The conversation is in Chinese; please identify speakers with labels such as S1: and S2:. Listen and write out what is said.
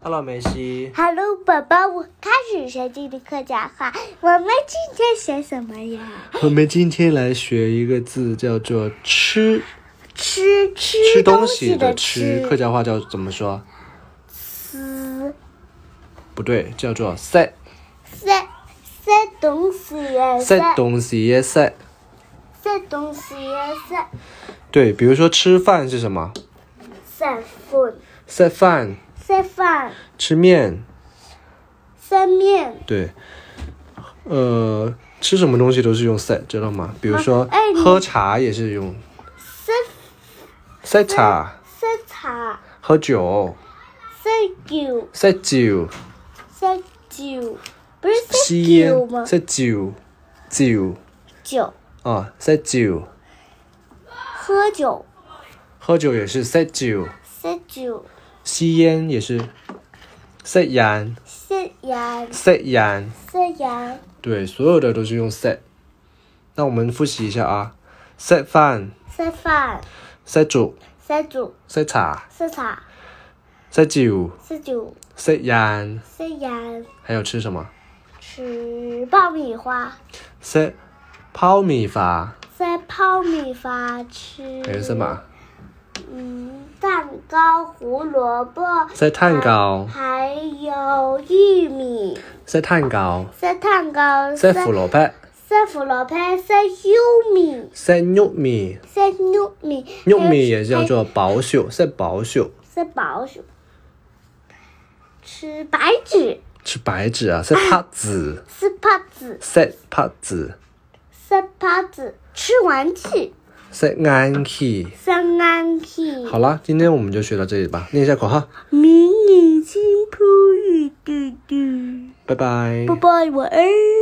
S1: Hello，梅西。
S2: Hello，宝宝，我开始学今天客家话。我们今天学什么呀？
S1: 我们今天来学一个字，叫做“吃
S2: 吃”，吃
S1: 吃东
S2: 西
S1: 西的“
S2: 吃
S1: 吃”，。客家话叫怎么说？
S2: 吃
S1: 不对，叫做“塞
S2: 塞塞东西也
S1: 塞东西也塞
S2: 塞东西也塞”。
S1: 对，比如说吃饭是什么？
S2: 塞饭
S1: 塞饭、
S2: 塞饭
S1: 吃面，
S2: 塞面。
S1: 对。呃，吃什么东西都是用“塞”，知道吗？比如说、
S2: 哎你
S1: 喝茶也是用
S2: 塞
S1: “塞茶”，
S2: 塞茶
S1: 喝酒
S2: 塞酒
S1: “塞酒
S2: 塞酒，不是”，
S1: 吸
S2: 塞
S1: 烟
S2: 酒吗
S1: “塞酒”，酒
S2: 酒
S1: 啊，“塞酒”。
S2: 喝酒
S1: 喝酒也是塞酒，
S2: 塞酒
S1: 吸烟也是塞烟，
S2: 塞盐
S1: 塞烟。
S2: 塞盐
S1: 对，所有的都是用塞。那我们复习一下啊，塞饭、
S2: 塞饭
S1: 塞酒、
S2: 塞酒
S1: 塞茶、
S2: 塞茶
S1: 塞酒、
S2: 塞酒
S1: 塞烟，
S2: 塞盐
S1: 还有吃什么？
S2: 吃爆米花。
S1: 塞泡米饭，
S2: 塞泡米花吃，
S1: 还有什？么？
S2: 嗯，蛋糕、胡萝卜，
S1: 塞蛋糕，
S2: 还有玉米。
S1: 塞蛋糕，
S2: 塞蛋糕，
S1: 塞胡萝卜，
S2: 塞胡萝卜，塞玉米，
S1: 塞玉米，
S2: 塞玉米，
S1: 玉米也叫做保守，塞保守。
S2: 塞薄薯，吃白纸，
S1: 吃白纸啊，塞帕子，
S2: 塞帕子，
S1: 塞帕子。
S2: 塞帕子，吃玩具，
S1: 塞安 key。
S2: 塞安皮。
S1: 好啦，今天我们就学到这里吧，念一下口号，
S2: 迷你金铺一嘟嘟，
S1: 拜拜。
S2: 拜拜，晚安。